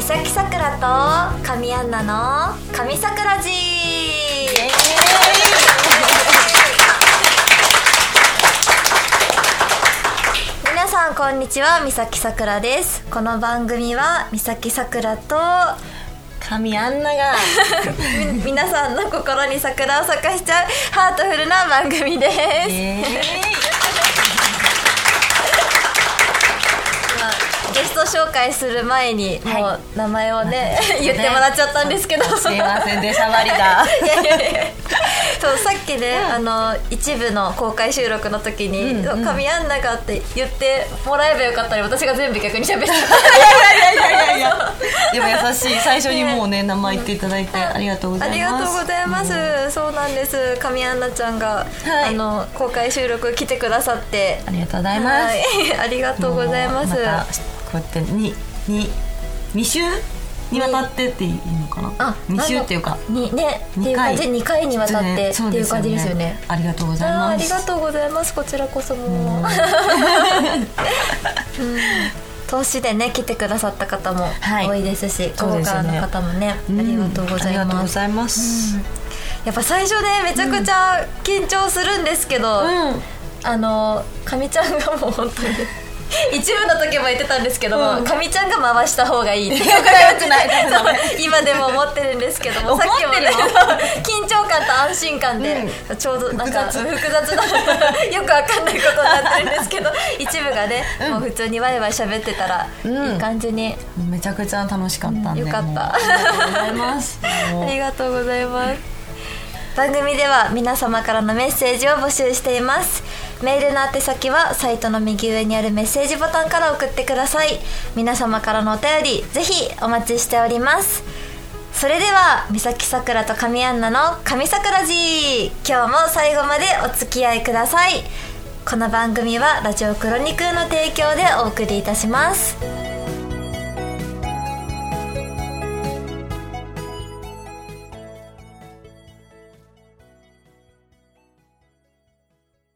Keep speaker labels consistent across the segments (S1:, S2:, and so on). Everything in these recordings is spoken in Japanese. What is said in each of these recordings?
S1: さきさくらと神アンナの神さくらじ皆さんこんにちはみさきさくらですこの番組はみさきさくらと
S2: 神アンナ が
S1: み皆さんの心に桜を咲かしちゃうハートフルな番組です、
S2: え
S1: まあゲスト紹介する前にも
S2: は
S1: う名前をね、言ってもらっちゃったんですけど
S2: ー、すいませんでしたマリだ
S1: いやいやいや そうさっきね、あの一部の公開収録の時に「そう神アンナが」って言ってもらえばよかったのに私が全部逆に喋っ てた
S2: いやいやいやでも優しい最初にもうね名前言っていただいてありがとうござ
S1: あり
S2: い
S1: が
S2: ます
S1: とうございます、そうなんです神アンナちゃんが、
S2: はい
S1: あの公開収録来てくださって
S2: ありがとうございます
S1: はい、ありがとうございます
S2: もうまたこうやってにに二週にわたってっていいのかな二週っていうか
S1: にねってい
S2: 二
S1: う感
S2: 回
S1: じ2回にわたってって
S2: そう
S1: い
S2: で
S1: う
S2: すよ
S1: 感
S2: ね
S1: じですよね
S2: ありがとうござい
S1: あーあ
S2: ま
S1: りが
S2: す
S1: とうございますこちらこそ もう投資でね来てくださった方も
S2: はい
S1: 多いですし、
S2: そう
S1: 豪
S2: ですよ
S1: 華な
S2: ね
S1: 方もねありがとうござい
S2: んありがとう
S1: ま
S2: ご
S1: す
S2: ざいます
S1: やっぱ最初ねめちゃくちゃ緊張するんですけど、
S2: うん
S1: あのかみちゃんがもう本当 に一部の時も言ってたんですけども、かみちゃんが回した方がいいっていうぐ らい良くない今で も思ってるんですけども
S2: 思ってる
S1: もね緊張感と安心感で、ちょうどなんか複雑な よくわかんないことになってるんですけど一部がね、もう普通にワイワイ喋ってたら、
S2: ん
S1: いい感じに
S2: めちゃくちゃ楽しかったんで、
S1: よかった
S2: もうありがとうござい ますもう
S1: ありがとうございます。番組では皆様からのメッセージを募集しています。メールの宛先はサイトの右上にあるメッセージボタンから送ってください。皆様からのお便り、ぜひお待ちしております。それでは、三崎さくらと神アンナの神さくらじ今日も最後までお付き合いください。この番組はラジオクロニクルの提供でお送りいたします。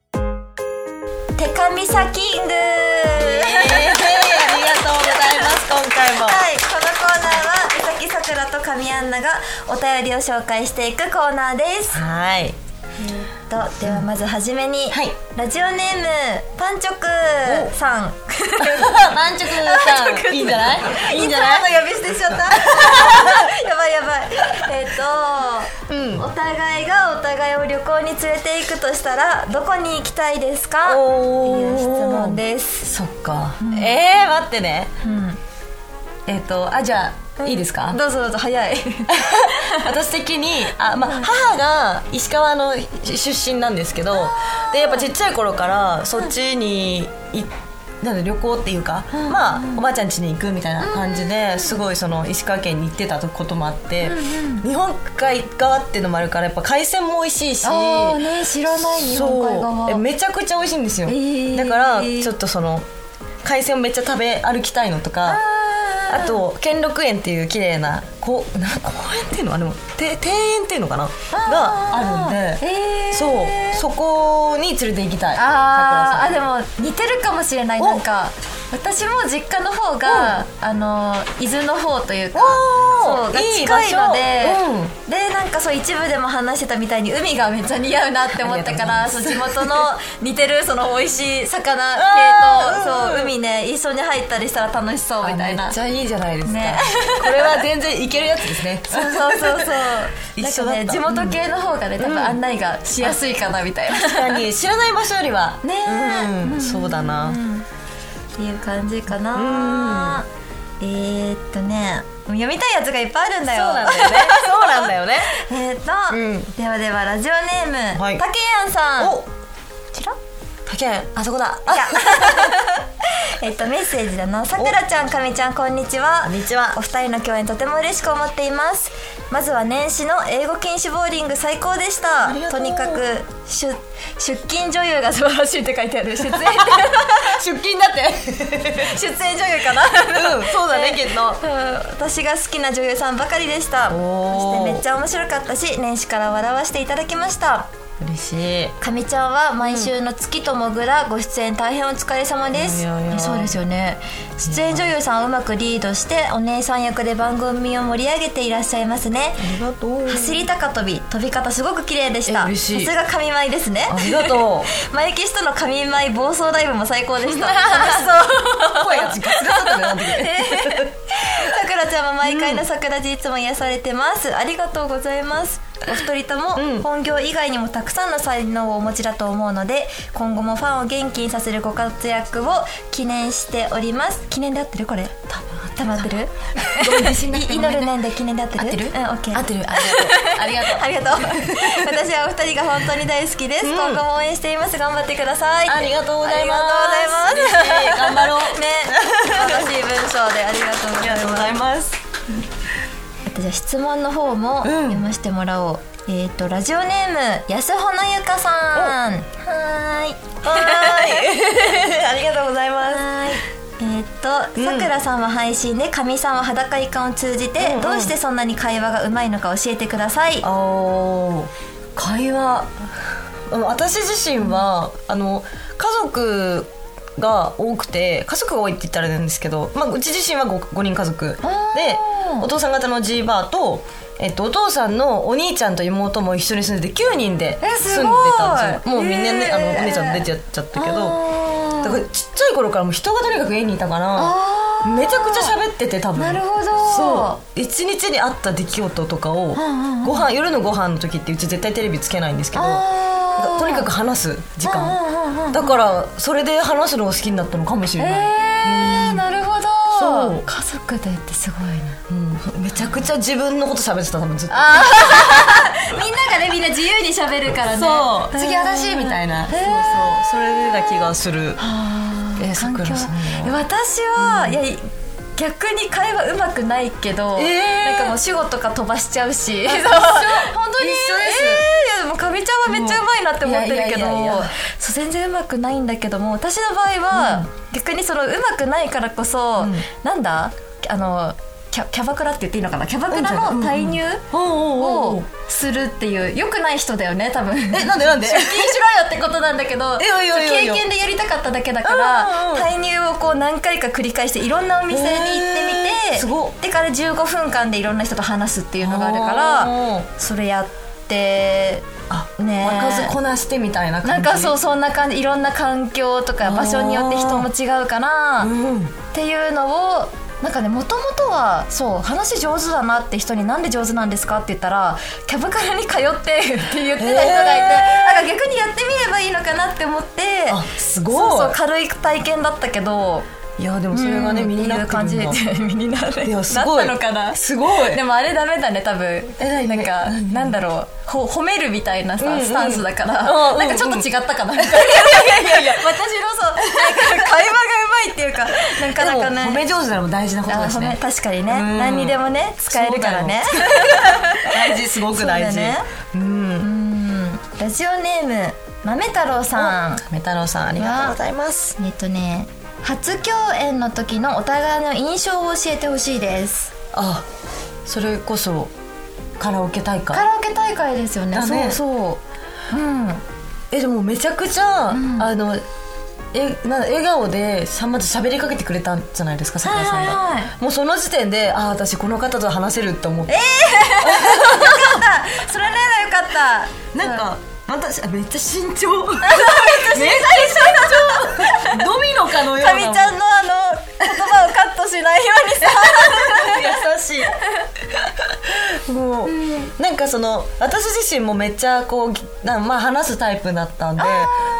S1: 手神さキング
S2: えーありがとうございます今回も
S1: はい、このコーナーは三崎さくらと神アンナがお便りを紹介していくコーナーです。
S2: はい
S1: とではまずはじめに、
S2: はい
S1: ラジオネームパンチョクさん。
S2: 満足さんいいんじゃないいいんじゃない
S1: いつもの呼び捨てしちゃった。やばいやばい。 えっ、と、お互いがお互いを旅行に連れて行くとしたらどこに行きたいですか？って
S2: お
S1: いう
S2: ー
S1: 質問です。
S2: そっか、えー、待ってね
S1: うん、
S2: えっ、とあじゃあいいですか、
S1: どうぞどうぞ早い。
S2: 私的にあ、まあ、母が石川の出身なんですけどでやっぱちっちゃい頃からそっちにいなんだ旅行っていうか、まあ、おばあちゃん家に行くみたいな感じですごいその石川県に行ってたこともあって、日本海側っていうのもあるからやっぱ海鮮も美味しいし
S1: ああね知らない日本海
S2: そうえ
S1: 側。
S2: めちゃくちゃ美味しいんですよ、
S1: ー
S2: だからちょっとその海鮮をめっちゃ食べ歩きたいのとかあと兼六園っていう綺麗なこな公園っていうのあれもて庭園っていうのかながあるんで、
S1: えー
S2: そうそこに連れて行きたい
S1: あー
S2: 桜
S1: あでも似てるかもしれない
S2: お
S1: なんか私も実家の方が、あの伊豆の方というか
S2: おー
S1: そうが
S2: いい場
S1: 近
S2: 所
S1: いので、でなんかそう一部でも話してたみたいに海がめっちゃ似合うなって思ったから
S2: ありがと
S1: そう
S2: う
S1: 地元の似てるその美味しい魚系と
S2: あーうん
S1: そう海ね一緒に入ったりしたら楽しそう
S2: さ
S1: み
S2: ん
S1: たい
S2: あ
S1: な
S2: めっち
S1: そう
S2: ゃいいじゃないですか、
S1: ね
S2: これは全然いけるやつです ね
S1: そうそうそう
S2: 一緒だっ
S1: な
S2: た
S1: んかね地元系の方がね多分案内がしやすいかなみたいな、
S2: 確かに知らない場所よりは
S1: ねえ
S2: うんそうだな、
S1: っていう感じかなえー、っとね読みたいやつがいっぱいあるんだよ
S2: そうなんだよね そうなんだよね
S1: えー、っと、
S2: うん
S1: ではではラジオネーム、
S2: はい
S1: たけやんさんこ
S2: お
S1: ちら
S2: 他県あそこだ
S1: いや えっとメッセージだなさくらちゃんかみちゃんこんにちは
S2: こんにちは
S1: お二人の共演とても嬉しく思っていますまずは年始の英語禁止ボーリング最高でした
S2: ありが
S1: と
S2: とう
S1: にかく出出勤女優が素晴らしいって書いてある出演
S2: 出勤だって
S1: 出演女優かな
S2: うんそうだねきっと
S1: うん私が好きな女優さんばかりでしたそ
S2: おー
S1: してめっちゃ面白かったし年始から笑わせていただきました
S2: 嬉しい
S1: 神ちゃんは毎週の月ともぐらご出演大変お疲れ様です、
S2: いやいや
S1: ねそうですよね出演女優さんをうまくリードしてお姉さん役で番組を盛り上げていらっしゃいますね
S2: ありがとう
S1: 走り高跳び飛び方すごく綺麗でした
S2: え嬉しい
S1: さすが神舞ですね
S2: ありがと
S1: 眉騎士との神舞暴走ライブも最高で した
S2: う声がガツガツだったねなんて言うの
S1: さくらちゃんは毎回の桜地いつも癒されてます、ありがとうございますお二人とも本業以外にもたくさんの才能をお持ちだと思うので今後もファンを元気にさせるご活躍を記念しております記念で合ってるこれたまってる
S2: ごめん自信なくて
S1: い
S2: ごめん
S1: 祈る念で記念で合ってる
S2: 合ってる
S1: うん、オッケー
S2: 合ってるありがとう
S1: ありがとう私はお二人が本当に大好きです、今後も応援しています頑張ってください
S2: ありがとうございます
S1: ありがとうございます
S2: 嬉しい頑張ろう
S1: ね素晴らしい文章でありがとうご
S2: あり
S1: ざ
S2: が
S1: い
S2: とう
S1: ます
S2: ございます
S1: えっとじゃあ質問の方も読ませてもらおう、えっ、とラジオネーム安ほのゆかさんはーい
S2: はいありがとうござい ます
S1: はいえっとさくらさんは配信でかみさんは裸一貫を通じて、
S2: うんうん
S1: どうしてそんなに会話がうまいのか教えてください
S2: あー会話うん私自身はあの家族が多くて家族が多いって言ったらあれなんですけど、まあ、うち自身は 5, 人家族で
S1: ー
S2: お父さん方のじいばあと、えっと、お父さんのお兄ちゃんと妹も一緒に住んでて9人で
S1: えす
S2: 住
S1: ごい
S2: んでたんですよもうみんなね、
S1: えー
S2: あのお姉ちゃん出ちゃっちゃったけど
S1: あー
S2: だからちっちゃい頃からもう人がとにかく家にいたから
S1: あー
S2: めちゃくちゃ喋ってて多分
S1: なるほど
S2: そう一日にあった出来事とかを
S1: んうん
S2: ご飯夜のご飯の時ってうち絶対テレビつけないんですけど
S1: あー
S2: とにかく話す時間
S1: うんうんうんうん
S2: だからそれで話すのが好きになったのかもしれない、
S1: えー、なるほど
S2: そう
S1: 家族でってすごいな
S2: うんめちゃくちゃ自分のこと喋ってた多分ずっと
S1: みんながねみんな自由に喋るからね
S2: そう
S1: うん
S2: 次私みたいな
S1: へー
S2: そうそうそれでだ気がする
S1: あー
S2: えーさくらさんは
S1: 環境私は、いや逆に会話うまくないけど、
S2: えー
S1: なんかもう主語とか飛ばしちゃうし そう本当に
S2: 一緒です
S1: えーいやでもかみちゃんはめっちゃうまいなって思ってるけど
S2: うんいやいやいやいや
S1: そう全然うまくないんだけども私の場合は、逆にそのうまくないからこそ、
S2: ん
S1: なんだあのキャキャバクラって言っていいのかなキャバクラ
S2: うん
S1: の介入
S2: おうおうおう
S1: をするっていう良くない人だよね多分
S2: えなんでなんで
S1: 気にしろよってことなんだけ ど
S2: いやいやいやいや
S1: 経験でやりたかっただけだから
S2: うんうんうん
S1: 退入をこう何回か繰り返していろんなお店に行ってみ
S2: へ
S1: て
S2: ーすごっ
S1: でから15分間でいろんな人と話すっていうのがあるから
S2: あー
S1: それやって
S2: あ
S1: ね
S2: 巻かずこなしてみたいな
S1: な
S2: 感
S1: ん
S2: じ
S1: かそうそんな感じいろんな環境とか場所によって人も違うかな
S2: うん
S1: っていうのをなんかねもともとはそう話上手だなって人になんで上手なんですかって言ったらキャバクラに通ってって言ってた人がいて、な
S2: え
S1: んか逆にやってみればいいのかなって思って
S2: あすごい
S1: そうそう軽い体験だったけど
S2: いやでもそれがね、
S1: うん
S2: 身になってるんだ
S1: っていう感じで 身になる
S2: い
S1: な
S2: や
S1: っ
S2: すごい
S1: たのかな
S2: すごい
S1: でもあれダメだね多分
S2: え何
S1: なんかなんだろうほ褒めるみたいなさ、
S2: うんうん
S1: スタンスだから、
S2: あうん
S1: なんかちょっと違ったかな、私の
S2: いやいや
S1: そうなんか会話がうまいっていうかなんか
S2: で
S1: なん
S2: も
S1: かね
S2: 褒め上手なのも大事なこと
S1: あ
S2: だし
S1: 褒め
S2: ね
S1: 確かにね
S2: うん
S1: 何にでもね使えるからね
S2: 大事すごく大事
S1: そうだね
S2: うん
S1: ラジオネーム豆太郎さん
S2: 亀太郎さんありがとうございます
S1: えっとね初共演の時のお互いの印象を教えてほしいです
S2: あそれこそカラオケ大
S1: カ
S2: 会
S1: ラオケ大会ですよね
S2: だね
S1: そうそううん
S2: えでもめちゃくちゃ、
S1: ん
S2: あのえなん笑顔でさまず喋りかけてくれたんじゃないですかさくらさんが、
S1: はいはいは
S2: もうその時点でああ私この方と話せるって思って、
S1: それならよかった
S2: なんか、私あめっちゃ慎 重めっちゃ慎重ドミノかのよう
S1: か
S2: な
S1: みちゃんのあの言葉をカットしないようにさ
S2: 優しいもう、なんかその私自身もめっちゃこうなまあ話すタイプだったんで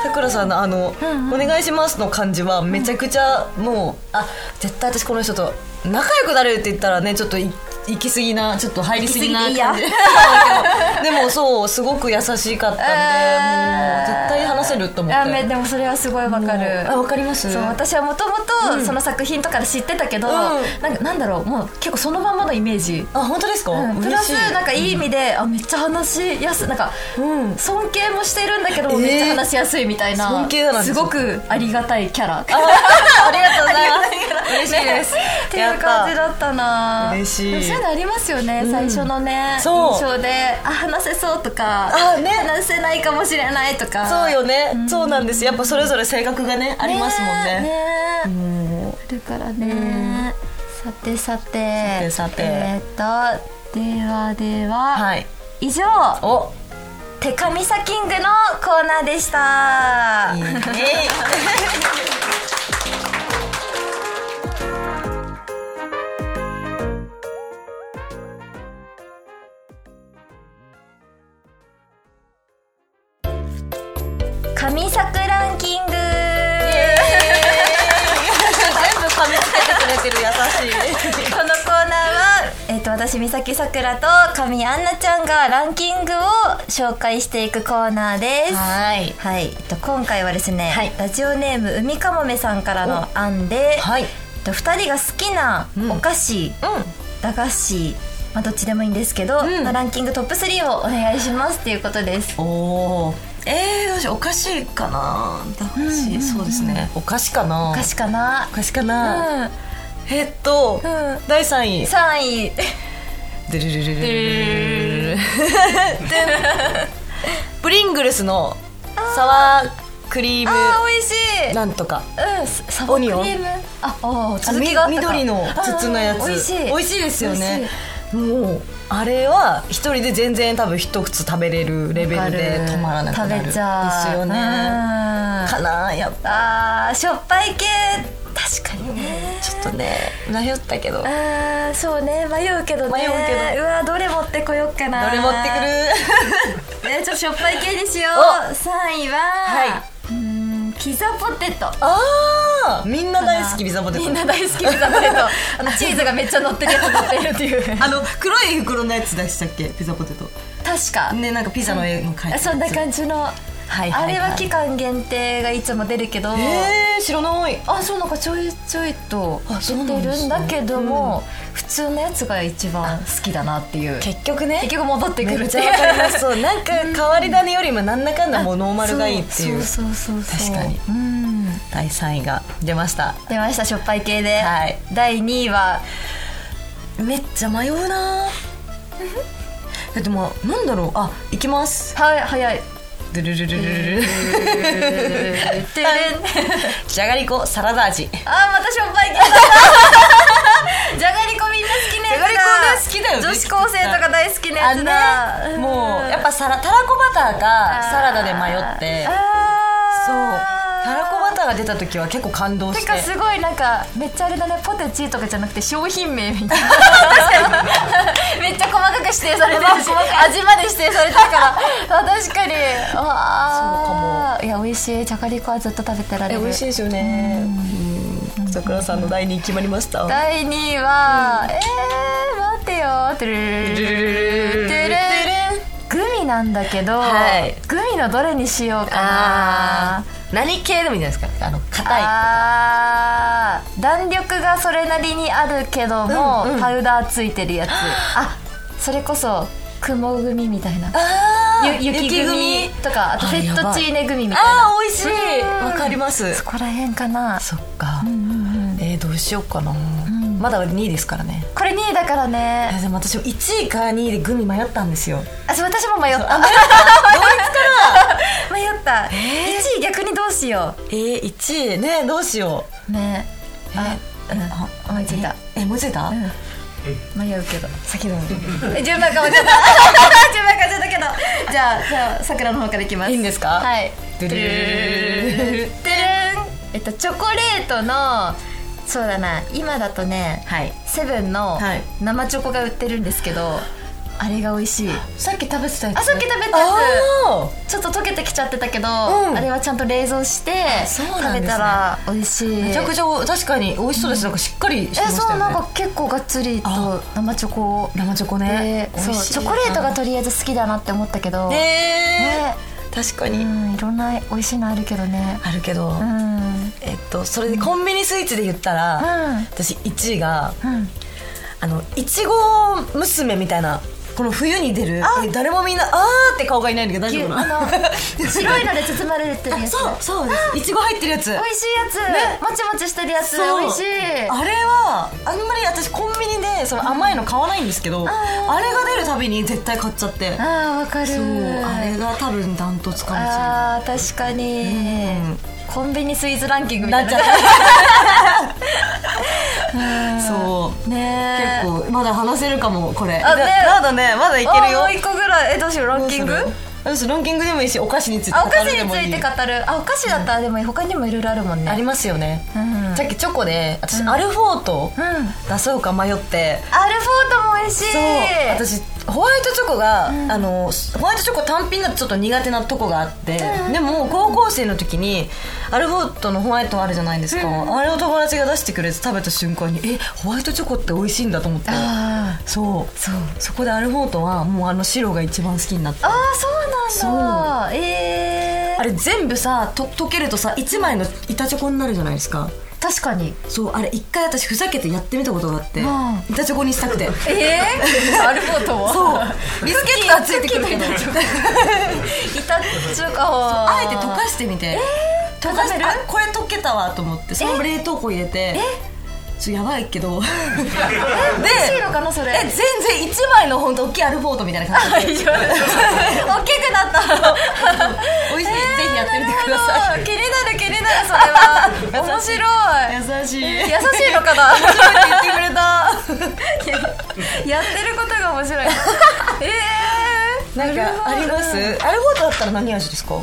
S2: さくらさんのあの、お願いします」の感じはめちゃくちゃもう、あ絶対私この人と仲良くなれるって言ったらねちょっとい行き過ぎなちょっと入り過ぎな
S1: 行き過
S2: 感
S1: ぎて
S2: じ
S1: いい
S2: でもそうすごく優しかった んで、もう絶対話せると思って
S1: あめでもそれはすごいわかる
S2: あわかります
S1: そう私はもともとその作品とかで知ってたけど、
S2: うん
S1: なんかなんだろうもう結構そのまんまのイメージ、
S2: あ本当ですか、
S1: うんプラス
S2: 嬉しい
S1: なんかいい意味で、あめっちゃ話しやすなんか、
S2: うん
S1: 尊敬もしてるんだけど、
S2: えー
S1: めっちゃ話しやすいみたいな
S2: 尊敬だなんて
S1: すごくありがたいキャラ
S2: ありがとうございます嬉しいです
S1: っていう感じだったな
S2: 嬉しい
S1: でもそういうのありますよね、
S2: うん
S1: 最初のね印
S2: そう
S1: 象であ話せそうとか
S2: あね
S1: 話せないかもしれないとか
S2: そうよね、そうなんですやっぱそれぞれ性格がねありますもんね
S1: ねえ
S2: も
S1: あるからね、さてさて
S2: さてさて
S1: えー、っとではでは、
S2: うはい
S1: 以上
S2: お
S1: 手紙サキングのコーナーでした
S2: いいね
S1: 神作ランキング
S2: 全部噛みつけてくれてる優しい
S1: このコーナーは、えっと私美咲さくらと神アンナちゃんがランキングを紹介していくコーナーです
S2: はい
S1: はい、えっと、今回はですね、
S2: はい
S1: ラジオネーム海かもめさんからの案で、
S2: はい
S1: えっと、2人が好きな
S2: うん
S1: お菓子、駄菓子、まあ、どっちでもいいんですけど、
S2: ん
S1: のランキングトップ3をお願いしますっていうことです
S2: うんおおえー、どうしようお菓子かな駄菓子、そうですねお菓子かな
S1: お菓子かな
S2: お菓子か
S1: う
S2: な、
S1: ん、
S2: えっと、
S1: うん
S2: 第3
S1: 3
S2: 位
S1: 位
S2: でるるるるるるプリングルスのサワークリー
S1: あー
S2: ム
S1: 美味しい
S2: なんとか
S1: うんサバクリーム
S2: オニオン
S1: ああー
S2: あ
S1: 続きがあっ
S2: み
S1: たか
S2: 緑の筒のやつ
S1: あー美味しい
S2: 美味しいですよねもうあれは一人で全然多分一口食べれるレベルで止まらなくなる
S1: 食べちゃう
S2: です
S1: う
S2: よね
S1: ん
S2: かなやっぱ
S1: あーしょっぱい系確かにね
S2: ちょっとね迷ったけどど
S1: あーそうね迷うけどね
S2: 迷うけど
S1: うわどれ持ってこよっかな
S2: れ持ってくる
S1: くる、ね、ちょっとしょっぱい系にしよう
S2: お
S1: 3位は、
S2: はいう
S1: ーんピザポテト
S2: あーみんな大好きピザポテト
S1: みんな大好きピザポテト あのチーズがめっちゃ乗ってるやつ乗ってるっていう確
S2: あの黒い袋のやつでしたっけピザポテト
S1: か
S2: ねなんかピザの絵の描いて
S1: そんな感じの、
S2: はいはいはい
S1: あれは期間限定がいつも出るけど、
S2: えー、知らない
S1: あそうなんかちょいちょいと
S2: あそう
S1: 出
S2: なんで
S1: てる
S2: すね
S1: んだけども、普通のやつが一番好きだなっていう結
S2: 結局ね
S1: 局戻ってくる
S2: め
S1: っ
S2: ってち
S1: い
S2: ゃ
S1: う
S2: わかりますそうなんか変わり種よりもなんだかんだもうノーマルがいいっていう
S1: そうそうそうそう
S2: 確かに
S1: うん
S2: 第3位が出ました
S1: 出ましたしょっぱい系で、
S2: はい
S1: 第2位は
S2: めっちゃ迷うなぁだってもうなんだろうあ行きます
S1: はい早い
S2: ドゥルルルルル
S1: てれ
S2: ル
S1: ん
S2: じゃがりこサラダ味じ
S1: あまたしょっぱい系だ じゃがりこみんな好きなやつだ
S2: ゃがりこね好きだよね
S1: 女子高生とか大好きなやつだ、ん
S2: もうやっぱサラたらこバターがサラダで迷ってそう
S1: あー
S2: たらこバターが出た時は結構感動して
S1: てかすごいなんかめっちゃあれだねポテチとかじゃなくて商品名 みたいなめっちゃ細かく指定されてるし味まで指定されてる からあ確かにあそうかもいや美味しいじゃがりこはずっと食べてられ
S2: え
S1: る
S2: 美味しいですよねうん桜さんの第2位決まりました
S1: 第2位は、えー、待てよてるるるるるるるグミなんだけど、
S2: はい
S1: グミのどれにしようかな
S2: あー何系でもいいんじゃないですかあの硬
S1: あー弾力がそれなりにあるけども、
S2: うんうん
S1: パウダーついてるやつあそれこそ雲組みたいなゆ
S2: い
S1: 雪組とかあと
S2: あ
S1: フェットチーネ組みたいな
S2: あー美味しい
S1: うん
S2: わかります
S1: そこら辺かな
S2: そっか、えーどうしようかな、まだ2位ですからね
S1: これ2位だから
S2: え
S1: ね
S2: ーでも私も1位か2位でグミ迷ったんですよ
S1: あそう私も迷った迷った 迷った、1位逆にどうしよ
S2: えー、1位ねどうしよ
S1: うね
S2: う
S1: あ
S2: えーあ
S1: うん思いついた
S2: えー思いついた、
S1: ん迷うけど
S2: 先だ
S1: え順番変わっちゃった順番変わっちゃった けどじゃあじゃあさくらの方からいきます
S2: いいんですか
S1: はい
S2: ドゥルルルルルル
S1: てるんえっとチョコレートのそうだな今だとね
S2: はい
S1: セブンの
S2: はい
S1: 生チョコが売ってるんですけど、あれが美味しい
S2: さっき食べてたや
S1: あさっき食べたやつ
S2: あ
S1: ちょっと溶けてきちゃってたけど、
S2: ん
S1: あれはちゃんと冷蔵して
S2: そ
S1: 食
S2: うなんですね
S1: べたら美味しい
S2: めちゃくちゃ確かに美味しそうです、なんかしっかりしてま
S1: え
S2: し
S1: そう
S2: たよね
S1: なんか結構がっつりと
S2: あ
S1: 生チョコを
S2: 生チョコね
S1: でそうチョコレートがとりあえず好きだなって思ったけど、
S2: ね
S1: ね
S2: 確か
S1: う
S2: に、
S1: ん、いろんな美味しいのあるけどね
S2: あるけど、
S1: うん
S2: えっとそれでコンビニスイーツで言ったら、
S1: うん
S2: 私1位が
S1: うん
S2: あのいちご娘みたいなこの冬に出る誰もみんなあーって顔がいないんだけど大丈夫か な
S1: あの白 いので包まれてるやつ
S2: そうそうですいちご入ってるやつ
S1: 美味しいやつ、もちもちしてるやつ
S2: そう
S1: 美味しい
S2: あれはあんまり私コンビニでその甘いの買わないんですけど、あれが出るたびに絶対買っちゃって
S1: ああわかる
S2: そうあれが多分ダントツかもしれな
S1: あー確かに、
S2: ん
S1: コンビニスイーツランキング
S2: い
S1: み
S2: な
S1: た
S2: っ
S1: い
S2: ちゃ
S1: な
S2: ったそう
S1: ねえ
S2: 結構まだ話せるかもこれ
S1: あね
S2: まだねまだいけるよ
S1: あもう一個ぐらいえどうしようランキング
S2: どうするランキングでもいいしお菓子について
S1: あお菓
S2: 語
S1: 子
S2: るで
S1: につ
S2: もい
S1: い
S2: い
S1: て語るあお菓子だったらでもいい他にもいろいろあるもんね
S2: ありますよね、
S1: うん
S2: さっきチョコで私、アルフォート
S1: うんアルフォ
S2: 出そうか迷って、
S1: ートも美味しい
S2: そう私ホワイトチョコが、あのホワイトチョコ単品だとちょっと苦手なとこがあって、でも高校生の時にアルフォートのホワイトあるじゃないですか、あれを友達が出してくれて食べた瞬間にえホワイトチョコって美味しいんだと思って
S1: あ
S2: そう
S1: そう
S2: そこでアルフォートはもうあの白が一番好きになって
S1: あーそうなんだえ
S2: あ
S1: ー、
S2: れ全部さと溶けるとさ1枚の板チョコになるじゃないですか
S1: 確かに
S2: そうあれ一回私ふざけてやってみたことがあって、
S1: う
S2: 板チョコにした くて
S1: えー、 アルフォートも
S2: そうビスケットはついてくるけど
S1: 板チョコ
S2: あ
S1: あ
S2: えて溶かしてみて、溶かし
S1: 食べ
S2: て
S1: る
S2: あこれ溶けたわと思ってその冷凍庫入れてちょっとやばいけどで
S1: 美味しいのかなそれ
S2: え全然一枚の本当大きいアルフォートみたいな感じで
S1: 大丈夫大きくなった
S2: 美味しい、ぜひやってみてください
S1: い気になる気になるそれは面白い
S2: 優しい
S1: 優
S2: 優しいって
S1: しいのかな
S2: 言ってくれた
S1: やってることが面白いええー、
S2: なんかありますアルフォートだったら何味ですか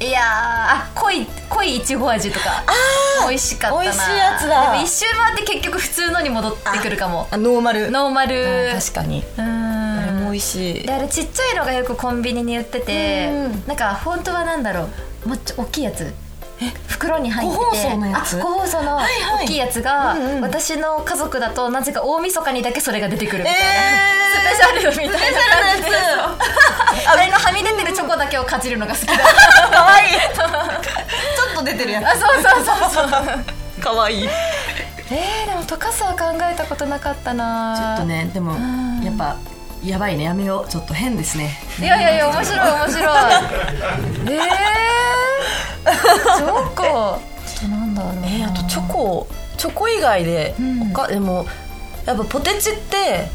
S1: いやーあ濃い濃いいちご味とか美味しかったな
S2: 美味しいやつだ
S1: でも一周回って結局普通のに戻ってくるかも
S2: あノーマル
S1: ノーマル
S2: うん確かに
S1: う
S2: あれ
S1: ん
S2: も美味しい
S1: であれちっちゃいのがよくコンビニに売ってて
S2: うん
S1: なんか本当はなんだろうもうちょ大きいやつ袋に入ってて
S2: 個包装のやつ
S1: あ個包装の
S2: はいはい
S1: 大きいやつが、
S2: うんうん
S1: 私の家族だとなぜか大晦日にだけそれが出てくるみたいな、
S2: え
S1: スペシャルみたいな感じで
S2: スペシャル な
S1: あれのはみ出てるチョコだけをかじるのが好きだ
S2: ーかわいいちょっと出てるや
S1: あそうそうそうそう
S2: つかわいい
S1: えー、でも溶かすは考えたことなかったな
S2: ちょっとねでも
S1: ん
S2: やっぱやばいねやめようちょっと変ですね
S1: いやいやいや面白い面 白いえー、 チョコちょっとなんだろうな
S2: えー、あとチョコチョコ以外で、
S1: ん
S2: 他でもやっぱポテチって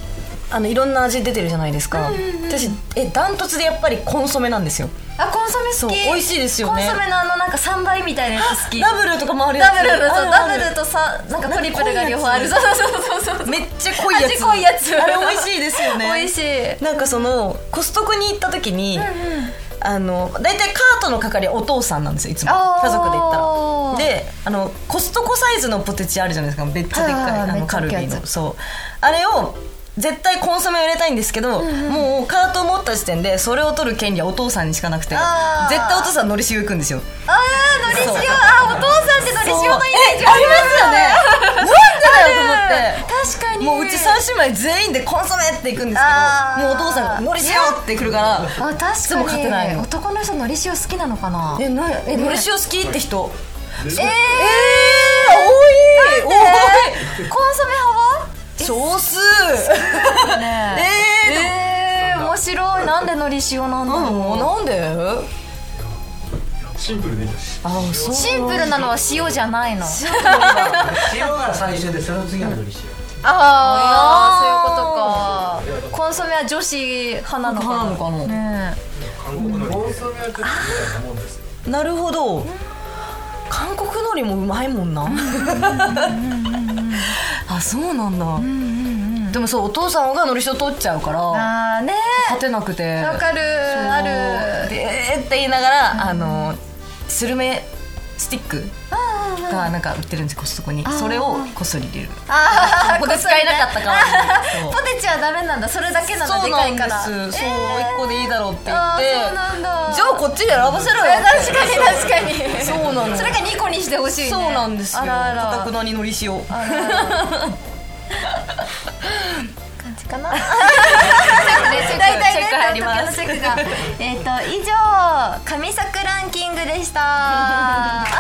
S2: あのいろんな味出てるじゃないですか、私えダントツでやっぱりコンソメなんですよ
S1: あコンソメ好き
S2: そう美味しいですよね
S1: コンソメのあのなんか3倍みたいなやつ好き
S2: ダブルとかもあるや
S1: ダ
S2: つ
S1: ブルと
S2: ある
S1: ダ
S2: あ
S1: ブ
S2: る
S1: ルとさなんかトリプルが両方ある
S2: な
S1: そうそうそうそうそう
S2: めっちゃ濃いやつ
S1: 味濃いやつ
S2: あれ美味しいですよね
S1: 美味しい
S2: なんかそのコストコに行った時に、あの大体カートの係お父さんなんですよいつも
S1: あー
S2: 家族で行ったらであのコストコサイズのポテチあるじゃないですかめっちゃでっ
S1: はい
S2: か
S1: はいは
S2: い
S1: い
S2: あ
S1: め
S2: の
S1: っちゃ大
S2: カル
S1: き
S2: ビ
S1: いやつ
S2: ーのそうあれを絶対コンソメを入れたいんですけど、もうカートを持った時点でそれを取る権利はお父さんにしかなくて絶
S1: あー
S2: 対お父さんのりしお行くんですよ
S1: あーのりしおあお父さんってのりしおのイメージ
S2: そうえありますよねなんでだよと思って
S1: 確かに
S2: もううち三姉妹全員でコンソメって行くんです
S1: あ
S2: け
S1: ー
S2: どもうお父さんが「のりしお」って来るから
S1: あ確かに
S2: いつも勝てないの
S1: 男の人のりしお好きなのかな
S2: えなえ
S1: ね
S2: のりしお好きって人
S1: えー、
S2: 多い
S1: え
S2: 多
S1: ー、コンソメ
S2: い少数
S1: 派はねえー、
S2: え
S1: 面白いなんでのりしおなんだ
S2: ー
S1: ろう、
S2: もうなんで
S3: シンプルでいいです
S2: あそう
S1: シンプルなのは塩じゃないの
S3: 塩が最初でその次がのり塩
S1: ああそういうことかコンソメは女子派なのかな
S2: 派なのか
S1: な、ね
S3: 韓国のコンソメはちょっとみたいなもんですよ
S2: なるほど韓国のりもうまいもんなあそうなんだでもそうお父さんがのりしお取っちゃうから
S1: ああね
S2: 勝てなくて
S1: わかるある
S2: でえーって言いながら、あのスルメスティックがなんか売ってるんですよコストコにそれをこっそり入れる
S1: あー
S2: ここ使えなかったから
S1: ポテチはダメなんだそれだけなの
S2: そう
S1: でか
S2: ないんで
S1: から
S2: す、そう
S1: えー
S2: 1個でいいだろうって言
S1: あ
S2: っ
S1: ー
S2: て
S1: そうなんだ
S2: じゃあこっちで選ばせろよ
S1: え確かに確かに
S2: そうなの
S1: それが2個にしてほしい、ね、
S2: そうなんですよ
S1: あらあ
S2: かたく
S1: ら
S2: なにのり塩
S1: あらあら感じかな大体ね
S2: 入りま
S1: 東京のチ
S2: す
S1: ェックがえっ、と以上神作ランキングでした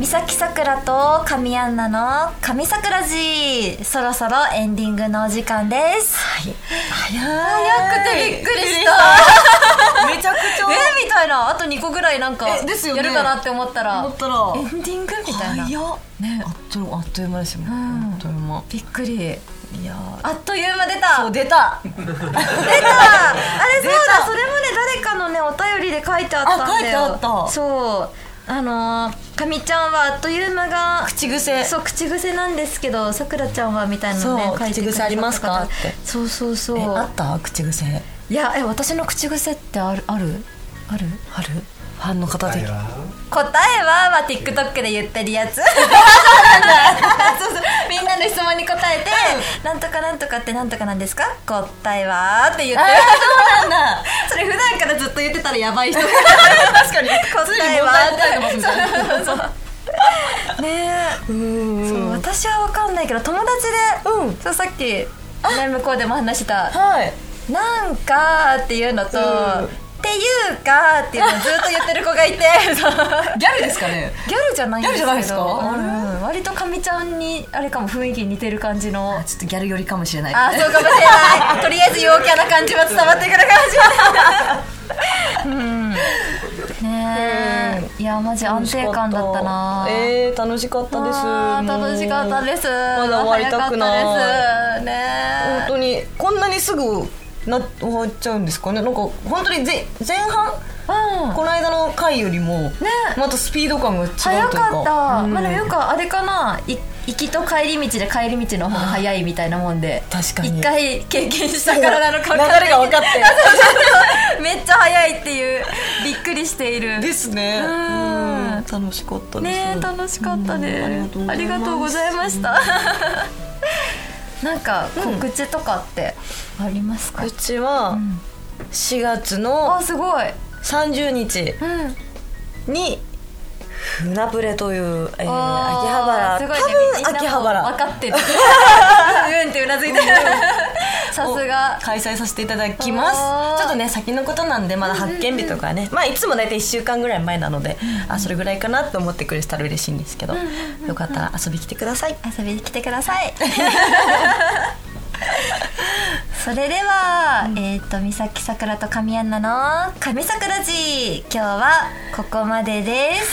S1: 三崎さくらと神アンナの神さくらじそろそろエンディングのお時間です
S2: はい
S1: 早くてびっくりした
S2: ためちゃくちゃ
S1: えみたいなあと2個ぐらいなんかや
S2: えですよね
S1: るかなって思ったら
S2: 思ったら
S1: エンディングみたいな
S2: 早っねあっというあっという間ですよねあっという間
S1: びっくり
S2: いやー
S1: あっという間出た
S2: そう出た
S1: 出たあれそ
S2: 出
S1: う
S2: た
S1: だそれもね誰かのねお便りで書いてあったんだよ
S2: あ書いてあった
S1: そうあのーかみちゃんはあっという間が
S2: 口癖
S1: そう口癖なんですけどさくらちゃんはみたいなのね
S2: そう
S1: 書いてくれ
S2: 口癖ありますか
S1: っ
S2: ってて
S1: そうそうそう
S2: えあった口癖
S1: いやえ私の口癖ってあるあるある
S2: あるファンの方
S3: あ
S2: 的
S3: れ
S2: に
S3: は
S1: 答えは、まあ、TikTok で言ってるや つそうそうみんなの質問に答えて、なんとかなんとかってなんとかなんですか答えはって言ってる
S2: そうなんだ
S1: それ普段からずっと言ってたらやばい人 ね
S2: 確かに
S1: 答えは
S2: 普通に問題与えてますみたいな
S1: えそう私は分かんないけど友達で、
S2: うん
S1: そうさっき、ね、向こうでも話した
S2: はい
S1: 「なんか」っていうのと「
S2: うん
S1: っていうか」っていうのをずっと言ってる子がいて そう
S2: ギャルですかね
S1: ギャルじゃないんですけど
S2: ギャルじゃないです
S1: うん割とかみちゃんにあれかも雰囲気似てる感じの
S2: ちょっとギャル寄りかもしれない
S1: あそうかもしれないとりあえず陽キャな感じは伝わってくるかもしれないうんねえいやマジ安定感だったな
S2: えー、楽しかったです
S1: あー楽しかったですま
S2: だ終わりたくない
S1: ですね
S2: 本当にこんなにすぐな終わっちゃうんですかねなんか本当にぜ前半
S1: うん
S2: この間の回よりも、またスピード感が違うというか
S1: 早かった、
S2: うん
S1: まあ、でもよくあれかない行きと帰り道で帰り道の方が早いみたいなもんで
S2: 確かに
S1: 一回経験したからなのか分かん
S2: 流
S1: な
S2: れ
S1: い
S2: が分かって
S1: めっちゃ早いっていうびっくりしている
S2: ですね
S1: う
S2: うんん楽しかったです
S1: ねえ楽しかったね
S2: うん
S1: あ
S2: あ
S1: り
S2: り
S1: が
S2: が
S1: と
S2: と
S1: う
S2: う
S1: ご
S2: ご
S1: ざ
S2: ざ
S1: い
S2: い
S1: ま
S2: ま
S1: し
S2: した
S1: なんか告知とかってありますか、
S2: うちは4月
S1: あ
S2: の
S1: すごい、
S2: 30日
S1: うん、
S2: に船プレという、えー、秋
S1: あ
S2: 葉
S1: ー
S2: 原
S1: す
S2: 多
S1: ごいねみんな
S2: 分
S1: も
S2: 秋葉
S1: 分
S2: 原
S1: か ってるうんうんってうなずいてるさすが
S2: 開催させていただきます
S1: あー
S2: ちょっとね先のことなんでまだ発見日とかね、まあいつも大体1週間ぐらい前なので、あそれぐらいかなと思ってくれたら嬉しいんですけど、よかったら遊び来てください
S1: 遊びに来てくださいそれでは、えっ、と三崎さくらと神アンナの「神さくらじ」今日はここまでです、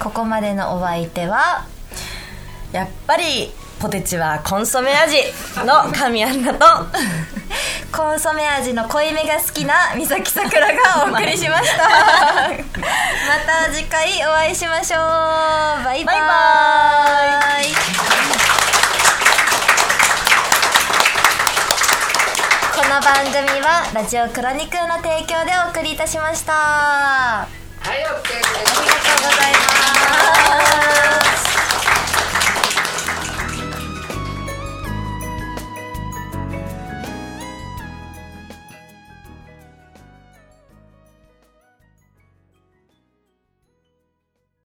S1: ここまでのお相手は
S2: やっぱりポテチはコンソメ味の神アンナと
S1: コンソメ味の濃いめが好きな三崎さくらがお送りしま したまた次回お会いしましょうバイバイ
S2: バイバ
S1: この番組はラジオクロニクルの提供でお送りいたしましたあ
S4: はい、OK です。
S1: りがとうございます